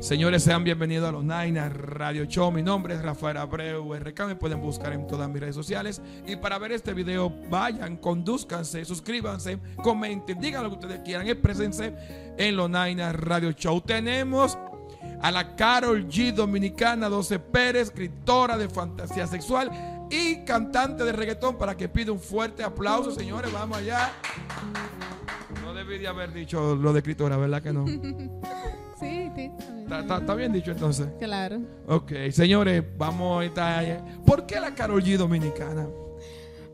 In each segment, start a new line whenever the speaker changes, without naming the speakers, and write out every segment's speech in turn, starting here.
Señores, sean bienvenidos a los Nainas Radio Show. Mi nombre es Rafael Abreu RK. Me pueden buscar en todas mis redes sociales. Y para ver este video, vayan, conduzcanse, suscríbanse, comenten, digan lo que ustedes quieran, exprésense en los Nainas Radio Show. Tenemos a la Carol G. Dominicana 12 Pérez, escritora de fantasía sexual y cantante de reggaetón, para que pida un fuerte aplauso, señores. Vamos allá. No debí de haber dicho lo de escritora, ¿verdad que no?
Sí, sí.
Está- Está está bien dicho entonces.
Claro.
Ok, señores, vamos a estar. ¿Por qué la Carol G dominicana?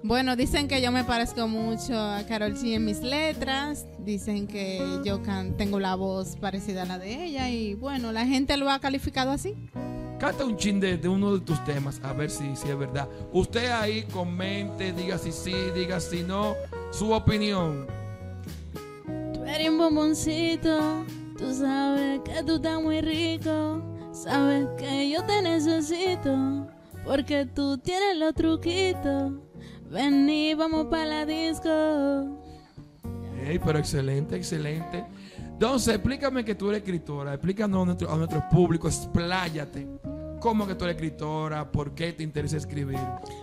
Bueno, dicen que yo me parezco mucho a Carol G en mis letras. Dicen que yo can- tengo la voz parecida a la de ella. Y bueno, la gente lo ha calificado así.
Canta un chin de, de uno de tus temas, a ver si, si es verdad. Usted ahí comente, diga si sí, diga si no, su opinión.
Tú eres un bomboncito, tú sabes que tú estás muy rico, sabes que yo te necesito, porque tú tienes los truquitos. Ven y vamos para la disco.
Ey, pero excelente, excelente. Entonces, explícame que tú eres escritora, explícanos a nuestro, a nuestro público, expláyate. ¿Cómo que tú eres escritora? ¿Por qué te interesa escribir?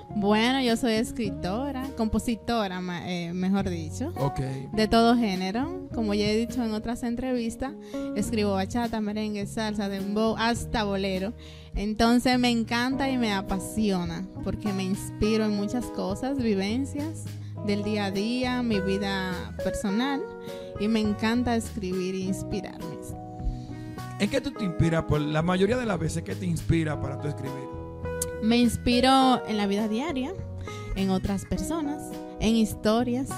Bueno, yo soy escritora, compositora, ma- eh, mejor dicho.
Ok.
De todo género, como ya he dicho en otras entrevistas, escribo bachata, merengue, salsa, dembow, hasta bolero. Entonces me encanta y me apasiona porque me inspiro en muchas cosas, vivencias del día a día, mi vida personal y me encanta escribir e inspirarme.
¿En qué tú te inspiras? Por la mayoría de las veces, ¿qué te inspira para tú escribir?
Me inspiro en la vida diaria, en otras personas, en historias,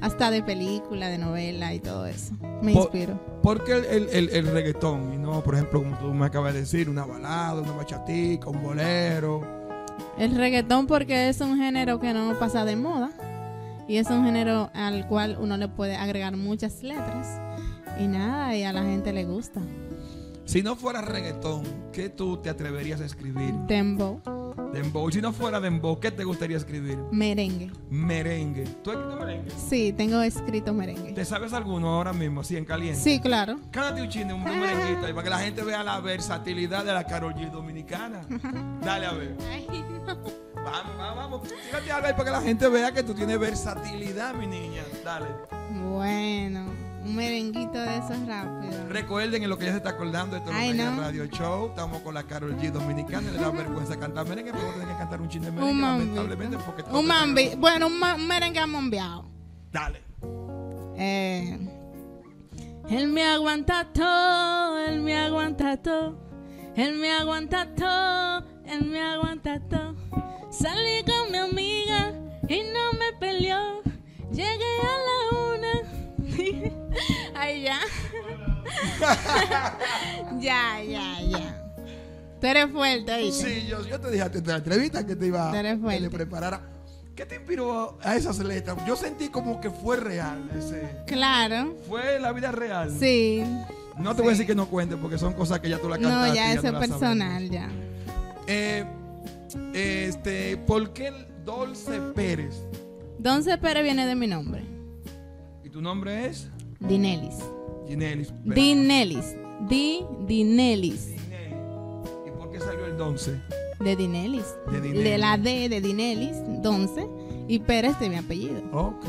hasta de película, de novela y todo eso. Me
Po-
inspiro.
¿Por qué el, el- el- el reggaetón? Y no, por ejemplo, como tú me acabas de decir, una balada, una bachatica, un bolero.
El reggaetón porque es un género que no pasa de moda y es un género al cual uno le puede agregar muchas letras y nada, y a la gente le gusta.
Si no fuera reggaetón, ¿qué tú te atreverías a escribir?
Dembow,
Dembow. Si no fuera dembow, ¿qué te gustaría escribir?
merengue.
Merengue. ¿Tú has escrito merengue?
Sí, tengo escrito merengue.
¿Te sabes alguno ahora mismo, así en caliente?
Sí, claro.
Cántate un chiste, un merenguito, ahí, para que la gente vea la versatilidad de la Carol G dominicana. Dale a ver. Vamos, vamos, vamos. Tírate a ver para que la gente vea que tú tienes versatilidad, mi niña. Dale.
Bueno, un merenguito de esos rápido.
Recuerden en lo que ya se está acordando, esto es
Ay,
Localia
no.
Radio Show. Estamos con la Carol G dominicana. Le da vergüenza cantar merengue, pero tienen que cantar un chin de merengue,
Un
lamentablemente, porque
mambito. Un mambi, bueno, un, ma- un merengue amombiado.
Dale.
Eh,
Él me aguanta todo, él me aguanta todo, él me aguanta todo, él me aguanta todo. Salí con mi amiga y no me peleó. Llegué a la una.
ay, ya. ya, ya, ya. Tú eres fuerte, ahí.
Sí, yo, yo te dije antes de la entrevista que te iba
Tú eres
a que
fuerte.
le preparara. ¿Qué te inspiró a esas letras? Yo sentí como que fue real. Ese.
Claro,
Fue la vida real.
sí.
No te voy a decir que no cuente porque son cosas que ya tú la cantaste.
No, ya
y
eso
tú la
es
sabes.
personal, ya.
Eh, este, ¿por qué Dulce Pérez?
Donce Pérez viene de mi nombre.
¿Y tu nombre es?
Dinelis.
Ginelis. Pérez.
Dinelis. Di Dinelis.
Diney. ¿Y por qué salió el 11?
De Dinelis.
De Dinelis.
De la D de Dinelis, Donce. Y Pérez de mi apellido.
Ok,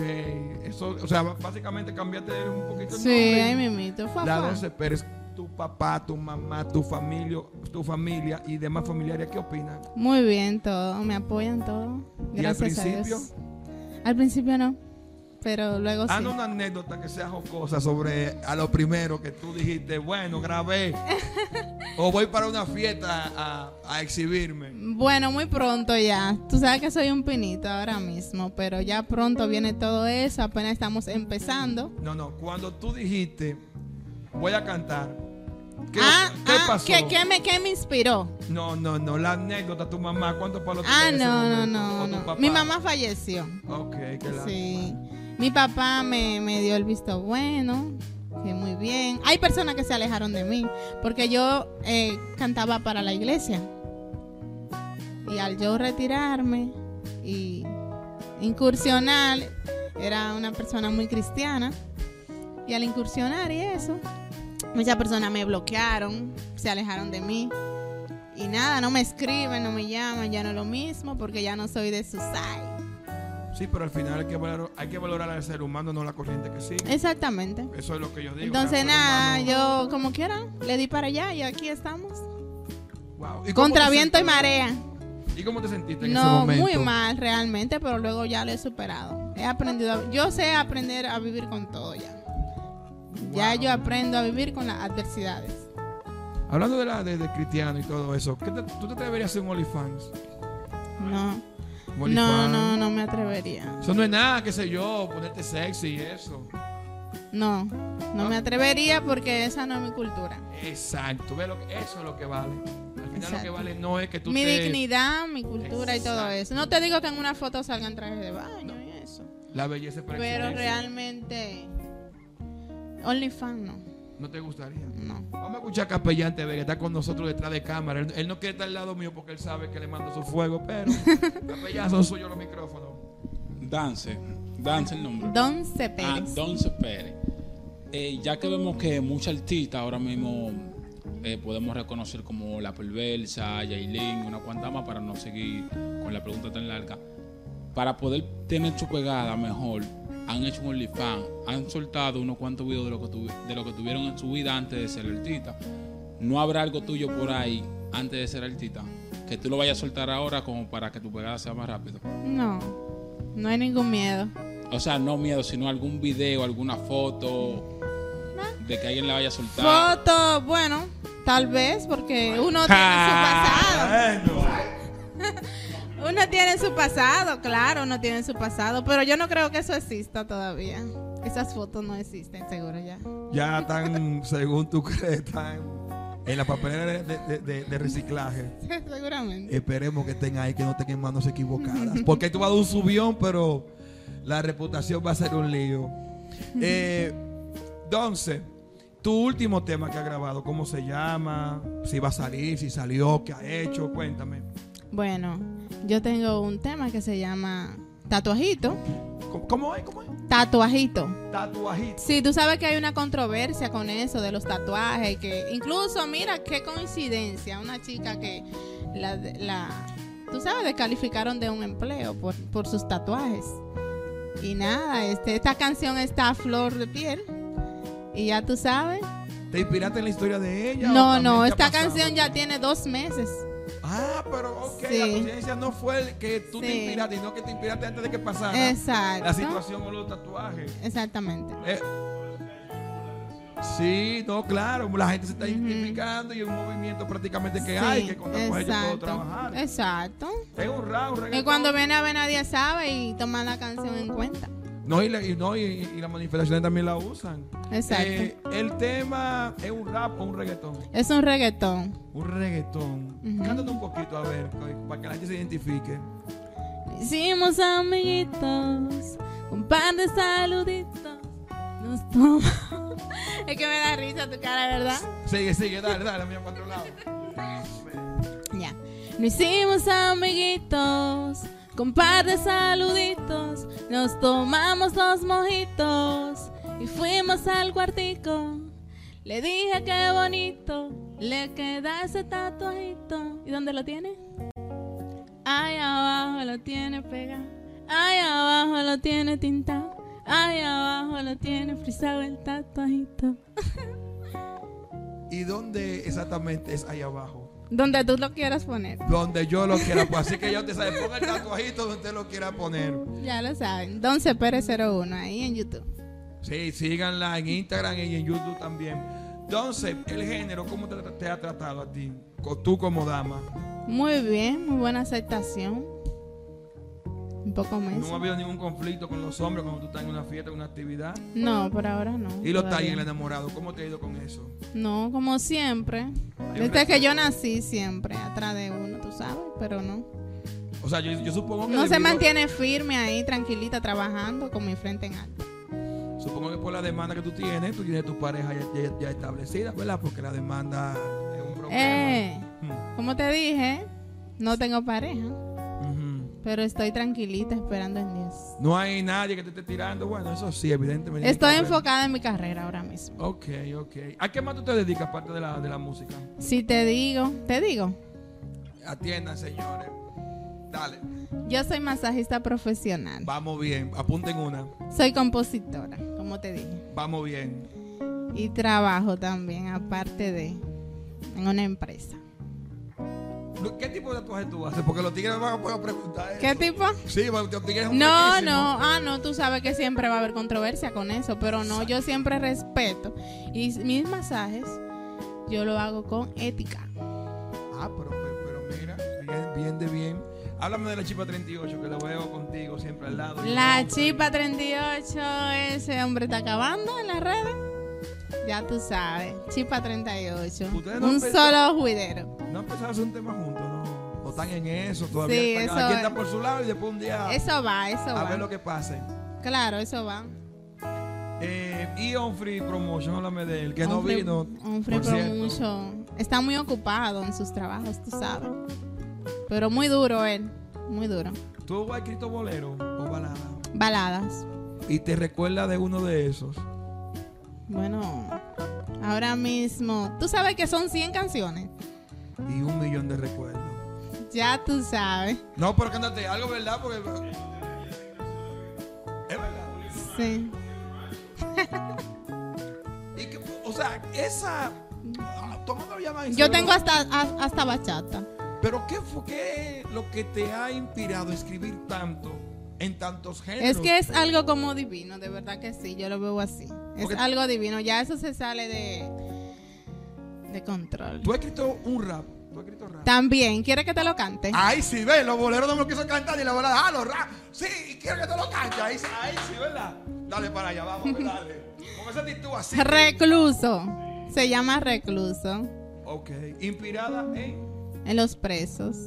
eso, o sea, b- básicamente cambiaste un poquito el
Sí,
nombre.
ahí mimito. Fua,
La
fua.
12 Pérez, tu papá, tu mamá, tu familia, tu familia y demás familiares, ¿qué opinan?
Muy bien, todo. Me apoyan todo.
¿Y al
Gracias a
principio? Ah,
Dios. Al principio no. Pero luego Oh, sí.
Haz una anécdota que sea jocosa sobre a lo primero que tú dijiste, bueno, grabé o voy para una fiesta a, a exhibirme.
Bueno, muy pronto ya. Tú sabes que soy un pinito ahora mismo, pero ya pronto viene todo eso. Apenas estamos empezando.
No, no, cuando tú dijiste, voy a cantar, ¿qué,
ah,
qué
ah,
pasó?
¿qué, qué me, qué me inspiró?
No, no, no, la anécdota, tu mamá, ¿cuántos palos te
Ah,
dio en ese
no, no,
momento? ¿O
no,
tu
no.
papá?
Mi mamá falleció.
Ok, qué lástima.
Sí. Mi papá me, me dio el visto bueno, que muy bien. Hay personas que se alejaron de mí, porque yo eh, cantaba para la iglesia. Y al yo retirarme y incursionar, era una persona muy cristiana. Y al incursionar y eso, Muchas personas me bloquearon, se alejaron de mí. Y nada, no me escriben, no me llaman, ya no es lo mismo porque ya no soy de Susai.
Sí, pero al final hay que valorar, hay que valorar al ser humano, no la corriente que sigue.
Exactamente.
Eso es lo que yo digo.
Entonces
al ser
nada,
humano-
yo como quiera, le di para allá y aquí estamos.
Wow. ¿Y cómo
Contra
te
viento y
sentiste?
marea.
¿Y cómo te sentiste en ese
No,
momento?
muy mal realmente, pero luego ya lo he superado. He aprendido, a- yo sé aprender a vivir con todo ya. Ya
Wow.
yo aprendo a vivir con las adversidades.
Hablando de, la, de, de Cristiano y todo eso, ¿qué te- ¿tú te atreverías a hacer un OnlyFans?
No,
Un
no,
OnlyFans.
no, no me atrevería.
Eso no es nada, qué sé yo, ponerte sexy y eso.
No,
Ah.
no me atrevería porque esa no es mi cultura.
Exacto, ve lo que, eso es lo que vale. Al final lo que
Exacto.
vale no es que tú
Mi
te-
dignidad, mi cultura y todo
Exacto.
eso. No te digo que en una foto salgan trajes de baño y eso.
la belleza para
Pero
exhibirse.
realmente, OnlyFans no,
no te gustaría.
no.
Vamos a escuchar a Capellán TV, que está con nosotros detrás de cámara. Él, él no quiere estar al lado mío porque él sabe que le mando su fuego, pero Capellán son suyos los micrófonos.
Dance, Dance el nombre.
Don
Ah,
Pérez.
Donce Pérez. Eh, ya que vemos que muchas artistas ahora mismo eh, podemos reconocer como La Perversa, Yailin, una cuanta más para no seguir con la pregunta tan larga. Para poder tener su pegada mejor, han hecho un OnlyFans, han soltado unos cuantos videos de lo, que tuvi- de lo que tuvieron en su vida antes de ser artista. ¿No habrá algo tuyo por ahí antes de ser artista? Que tú lo vayas a soltar ahora como para que tu pegada sea más rápida.
No, no hay ningún miedo.
O sea, no miedo, sino algún video, alguna foto de que alguien la vaya a soltar.
Foto, bueno, tal vez porque uno tiene su
Ah.
pasado. Uno tiene su pasado, claro, uno tiene su pasado, pero yo no creo que eso exista todavía. Esas fotos no existen, seguro ya.
Ya tan, según tú crees, están en la papelera de, de- de- de reciclaje.
Seguramente.
Esperemos que estén ahí, que no tengan manos equivocadas. Porque ahí tú vas a dar un subión, pero la reputación va a ser un lío. Eh, entonces, tu último tema que has grabado, ¿cómo se llama? Si va a salir, si salió, qué ha hecho, cuéntame.
Bueno, yo tengo un tema que se llama tatuajito.
¿Cómo, cómo es? ¿Cómo es?
Tatuajito.
Tatuajito.
Sí, tú sabes que hay una controversia con eso de los tatuajes, que incluso, mira, qué coincidencia, una chica que la, la tú sabes, descalificaron de un empleo por, por sus tatuajes. Y nada, este, esta canción está a flor de piel. Y ya tú sabes.
¿Te inspiraste en la historia de ella? o
No,
también
no,
te ha
esta
pasado?
canción ya tiene dos meses.
Ah, pero ok,
Sí.
la conciencia no fue el que tú te
Sí.
inspiraste, sino que te inspiraste antes de que pasara la
Exacto.
situación o los tatuajes.
Exactamente.
Eh, sí, no, claro, la gente se está
Ujú.
identificando y es un movimiento prácticamente que
Sí,
hay, que con la mujer yo puedo
exacto,
trabajar.
Exacto.
Es un round, un
Y
reggaetón.
cuando ven a ver nadie sabe y toman la canción en cuenta.
No, y, la- y no, y, y las manifestaciones también la usan.
Exacto.
Eh, el tema es un rap o un reggaetón.
Es un reggaetón.
Un reggaetón.
Ujú.
Cántate un poquito, a ver, co- para que la gente se identifique.
Hicimos amiguitos, un par de saluditos. Nos tomamos.
Es que me da risa tu cara, ¿verdad?
Sigue, sigue, dale, dale, mira para otro lado.
Ya.
Nos hicimos amiguitos, con par de saluditos. Nos tomamos dos mojitos y fuimos al cuartico. Le dije que bonito, le queda ese tatuajito. ¿Y dónde lo tiene? Ahí abajo lo tiene pegado. Ahí abajo lo tiene tintado. Ahí abajo lo tiene frisado el tatuajito.
¿Y dónde exactamente es ahí abajo?
Donde tú lo quieras poner.
Donde yo lo quiera poner. Así que ya usted sabe, ponga el tatuajito donde usted lo quiera poner.
Ya lo saben. Don Pérez 01 ahí en YouTube.
Sí, síganla en Instagram y en YouTube también. Entonces, el género, ¿cómo te, te ha tratado a ti? Co- Tú como dama.
Muy bien, muy buena aceptación. Un poco
No ha
menos.
habido ningún conflicto con los hombres cuando tú estás en una fiesta, en una actividad.
No, por ahora no.
Y los
todavía.
talleres enamorados, ¿cómo te ha ido con eso?
No, como siempre. Desde que yo nací siempre, atrás de uno, tú sabes, pero no.
O sea, yo, yo supongo que.
No se
debido-
mantiene firme ahí, tranquilita, trabajando con mi frente en alto.
Supongo que por la demanda que tú tienes, tú tienes tu pareja ya, ya- ya establecida, ¿verdad? Porque la demanda es un problema.
Eh,
Mm.
como te dije, no tengo pareja.
Ujú.
Pero estoy tranquilita esperando en Dios.
No hay nadie que te esté tirando. Bueno, eso sí, evidentemente.
Estoy
Problema.
enfocada en mi carrera ahora mismo.
Ok, ok. ¿A qué más tú te dedicas aparte de la, de la música?
Si te digo, te digo,
Atiendan, señores. Dale.
yo soy masajista profesional.
Vamos bien. Apunten una.
Soy compositora, como te dije.
Vamos bien.
Y trabajo también, aparte de, en una empresa.
Lu- ¿Qué tipo de tatuaje tú haces? Porque los tigres me van a poder preguntar.
¿Qué
eso.
tipo?
Sí, porque los tigres son
No,
frequísimos.
no, ah, no, tú sabes que siempre va a haber controversia con eso, pero no, yo siempre respeto. Y mis masajes, yo lo hago con ética.
Ah, pero, pero, pero mira, bien, bien de bien. Háblame de la Chipa 38, que la veo contigo siempre al lado.
La
Yo-
Chipa 38, ese hombre está acabando en las redes. Ya tú sabes, Chipa 38.
Ustedes no
Un
pensaron-
solo juidero.
No empezamos a hacer un tema juntos, ¿no? No están en eso todavía.
Sí,
están-
eso
cada quien
es.
está por su lado y después un día
Eso va, eso
Ah. a ver
va.
lo que pase.
Claro, eso va.
Eh, y On Free Promotion, háblame de él, que no
Hombre-
vino.
hombre,
por
pero
cierto.
mucho. Está muy ocupado en sus trabajos, tú sabes. Pero muy duro él, muy duro.
Tú has escrito bolero o balada.
Baladas.
Y te recuerda de uno de esos.
Bueno, ahora mismo, tú sabes que son 100 canciones.
Y un millón de recuerdos.
Ya tú sabes.
No, pero cántate algo, ¿verdad? Porque. Es verdad.
Sí.
Y que, o sea, esa. ah, Tomando ya más en
Yo
serio,
tengo hasta, a- hasta bachata.
Pero ¿qué fue qué es lo que te ha inspirado a escribir tanto en tantos géneros?
Es que es algo como divino, de verdad que sí, yo lo veo así. Es
Porque-
algo divino, ya eso se sale de, de control.
Tú has escrito un rap. Tú has escrito rap.
También, ¿quiere que te lo cante?
Ahí sí, ve, los boleros no me lo quiso cantar ni la balada. Ah, los rap. Sí, quiero que te lo cantes. Ahí, sí- ahí sí, ¿verdad? Dale para allá, vamos, ve, dale. Con esa actitud así.
Recluso, se llama recluso,
Ok. Inspirada en
en los presos.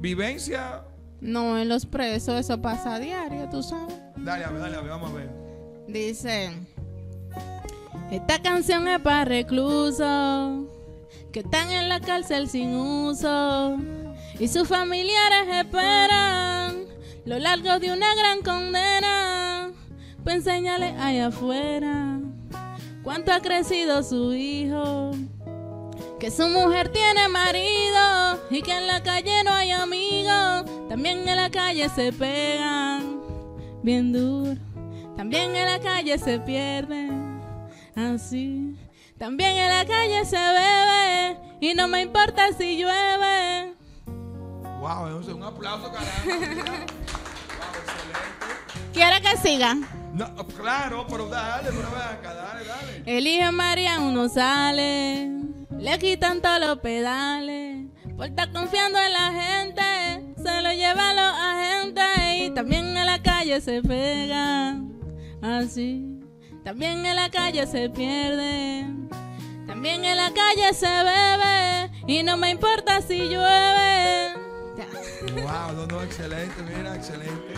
vivencia.
No, en los presos eso pasa a diario, tú sabes.
Dale, a ver, dale, a ver, vamos a ver.
Dice, esta canción es para reclusos que están en la cárcel sin uso y sus familiares esperan lo largo de una gran condena para enseñarles allá afuera cuánto ha crecido su hijo, que su mujer tiene marido y que en la calle no hay amigos, también en la calle se pegan bien duro. También en la calle se pierde, así. También en la calle se bebe y no me importa si llueve.
Wow, entonces un aplauso, caramba. Mira. wow, excelente.
¿Quiere que siga?
No, claro, pero dale, pero ven acá, dale, dale.
Elige María, uno sale, le quitan todos los pedales. Por estar confiando en la gente, se lo llevan los agentes y también en la calle se pega. Así, también en la calle se pierde, también en la calle se bebe y no me importa si llueve.
Wow, no, no, excelente, mira, excelente.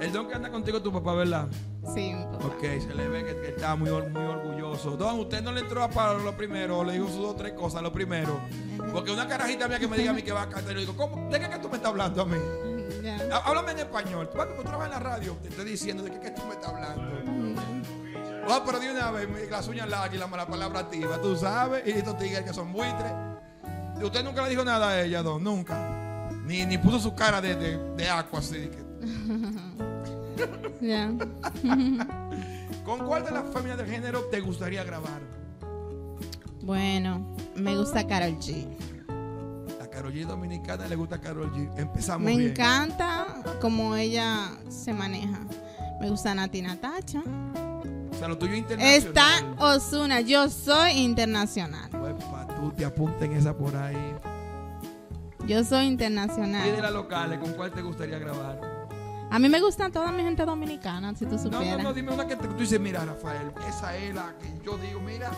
El don que anda contigo es tu papá, ¿verdad?
Sí,
Ok, se le ve que, que está muy, or- muy orgulloso. Don, usted no le entró a paro lo primero, le dijo sus dos tres cosas, lo primero. Porque una carajita mía que me diga a mí que va a cantar, yo digo, ¿cómo? ¿De qué que tú me estás hablando a mí? Há- Háblame en español. Papi, tú trabajas en la radio, te estoy diciendo de qué que tú me estás hablando. Oh, pero de una vez, mi- las uñas largas y la mala palabra activa, tú sabes, y estos tigres que son buitres. Y Usted nunca le dijo nada a ella, don, nunca. Ni, ni puso su cara de, de, de aqua así. que- ¿Con cuál de las familias del género te gustaría grabar?
Bueno, me gusta Carol G.
A Carol G dominicana le gusta Carol G. Empezamos
Me
bien.
encanta cómo ella se maneja. Me gusta Natina Tacha.
O sea, lo tuyo es
Está
internacional.
Osuna, yo soy internacional.
Uepa, tú te apunten esa por ahí.
Ah. Yo soy
Y de
internacional.
las locales, ¿con cuál te gustaría grabar?
A mí me gustan toda mi gente dominicana, si tú
No, no,
supieras.
no, dime una que te- tú dices, mira, Rafael, esa es la que yo digo, mira,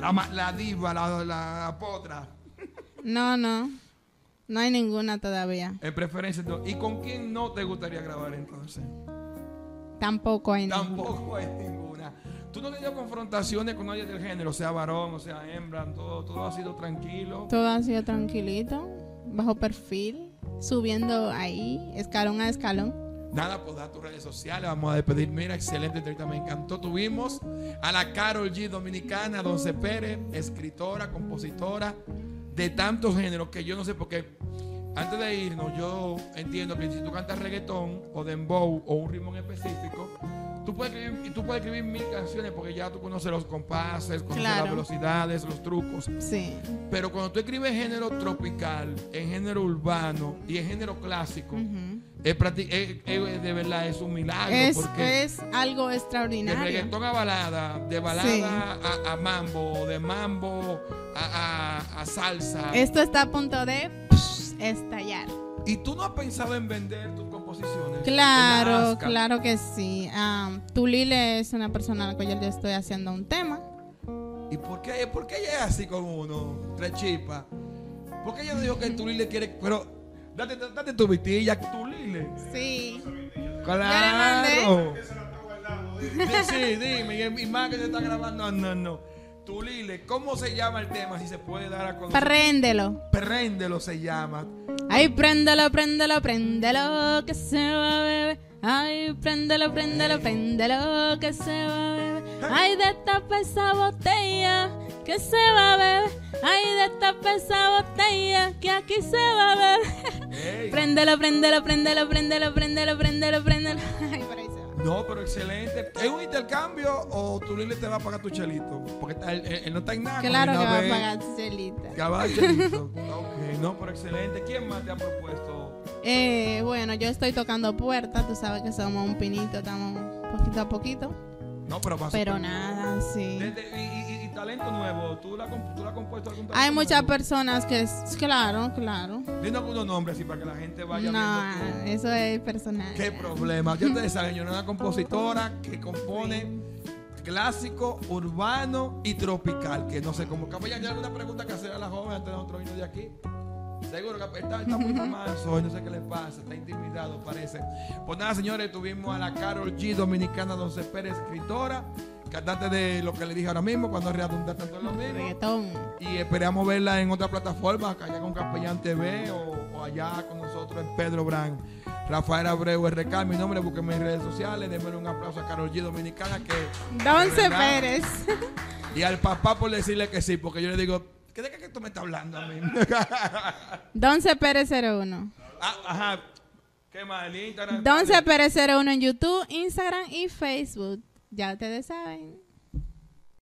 la, ma- la diva, la, la potra.
No, no. No hay ninguna todavía.
En preferencia, entonces. ¿y con quién no te gustaría grabar entonces?
Tampoco hay ninguna.
Tampoco hay ninguna. Tú no has tenido confrontaciones con nadie del género, sea varón, o sea hembra, todo, todo ha sido tranquilo.
Todo ha sido tranquilito, bajo perfil. subiendo ahí, escalón a escalón.
Nada, pues da tus redes sociales. Vamos a despedir. Mira, excelente entrevista. Me encantó. Tuvimos a la Carol G dominicana, Donce Pérez, escritora, compositora de tantos géneros que yo no sé por qué. Antes de irnos, yo entiendo que si tú cantas reggaetón o dembow o un ritmo en específico, tú puedes escribir, tú puedes escribir mil canciones porque ya tú conoces los compases, conoces
Claro.
las velocidades, los trucos.
Sí,
Pero cuando tú escribes género tropical, en género urbano y en género clásico,
ujú.
es practi- es- es- de verdad es un milagro.
es,
porque
es algo
de
extraordinario.
reggaetón a balada, de balada
Sí.
a, a mambo, de mambo a, a- a salsa.
Esto está a punto de psh, estallar.
¿Y tú no has pensado en vender tus composiciones? en
Claro,
Alaska?
claro que sí. Ah, Tulile es una persona a la cual yo estoy haciendo un tema.
¿Y por qué, por qué ella es así con uno? Tres chispas. ¿Por qué ella no dijo que Tulile quiere.? Pero date, date tu vitilla, Tulile.
Sí.
Claro. Sí, sí, dime. Y, el- y más que se está grabando. No, no, no. Tulile, ¿cómo se llama el tema? Si se puede dar a conocer.
Préndelo.
Préndelo se llama.
Ay, préndelo, préndelo, préndelo, que se va, bebé. Ay, préndelo, préndelo, préndelo, que se va, bebé. Ay, destapa esa botella, que se va, bebé. Ay, destapa esa botella, que aquí se va, bebé.
Ey.
Préndelo, préndelo, préndelo, préndelo, préndelo, préndelo, préndelo.
Ay, por ahí se va.
No, pero excelente. ¿Es un intercambio o Tulile te va a pagar tu chelito? Porque está- él, él- él no está en nada.
Claro
ni
que
una
va a
vez.
pagar Celita.
Que va el chelito. ok, no, pero excelente. ¿Quién más te ha propuesto?
Eh, bueno, yo estoy tocando puertas. Tú sabes que somos un pinito, estamos poquito a poquito.
No, pero vas
Pero nada, sí.
Desde- y, y- y- y talento nuevo. ¿Tú la, comp- tú la has compuesto algún talento
Hay muchas
nuevo?
personas que es claro, claro.
Dime algunos nombres así para que la gente vaya viendo.
No, ah, eso es personal.
¿Qué problema? Ya ustedes saben, yo soy una compositora que compone clásico, urbano y tropical. Que no sé cómo. Capellán, ¿hay alguna pregunta que hacer a la joven antes de nosotros irnos de aquí? Seguro que está, está muy manso hoy, no sé qué le pasa, está intimidado, parece. Pues nada, señores, tuvimos a la Carol G, dominicana, Donce Pérez, escritora, cantante de lo que le dije ahora mismo, cuando redunda tanto lo mismo.
Reggaetón.
Y esperamos verla en otra plataforma, acá allá con Capellán TV o, o allá con nosotros en Pedro Brand. Rafael Abreu RK, mi nombre, busquen mis redes sociales, denme un aplauso a Carol G Dominicana que...
Donce
¿verdad?
Pérez.
Y al papá por decirle que sí, porque yo le digo, ¿qué de qué tú me estás hablando a mí?
Donce Pérez 01.
Ah, ajá, qué mal, el Instagram.
Donce Pérez 01 en YouTube, Instagram y Facebook. Ya ustedes saben.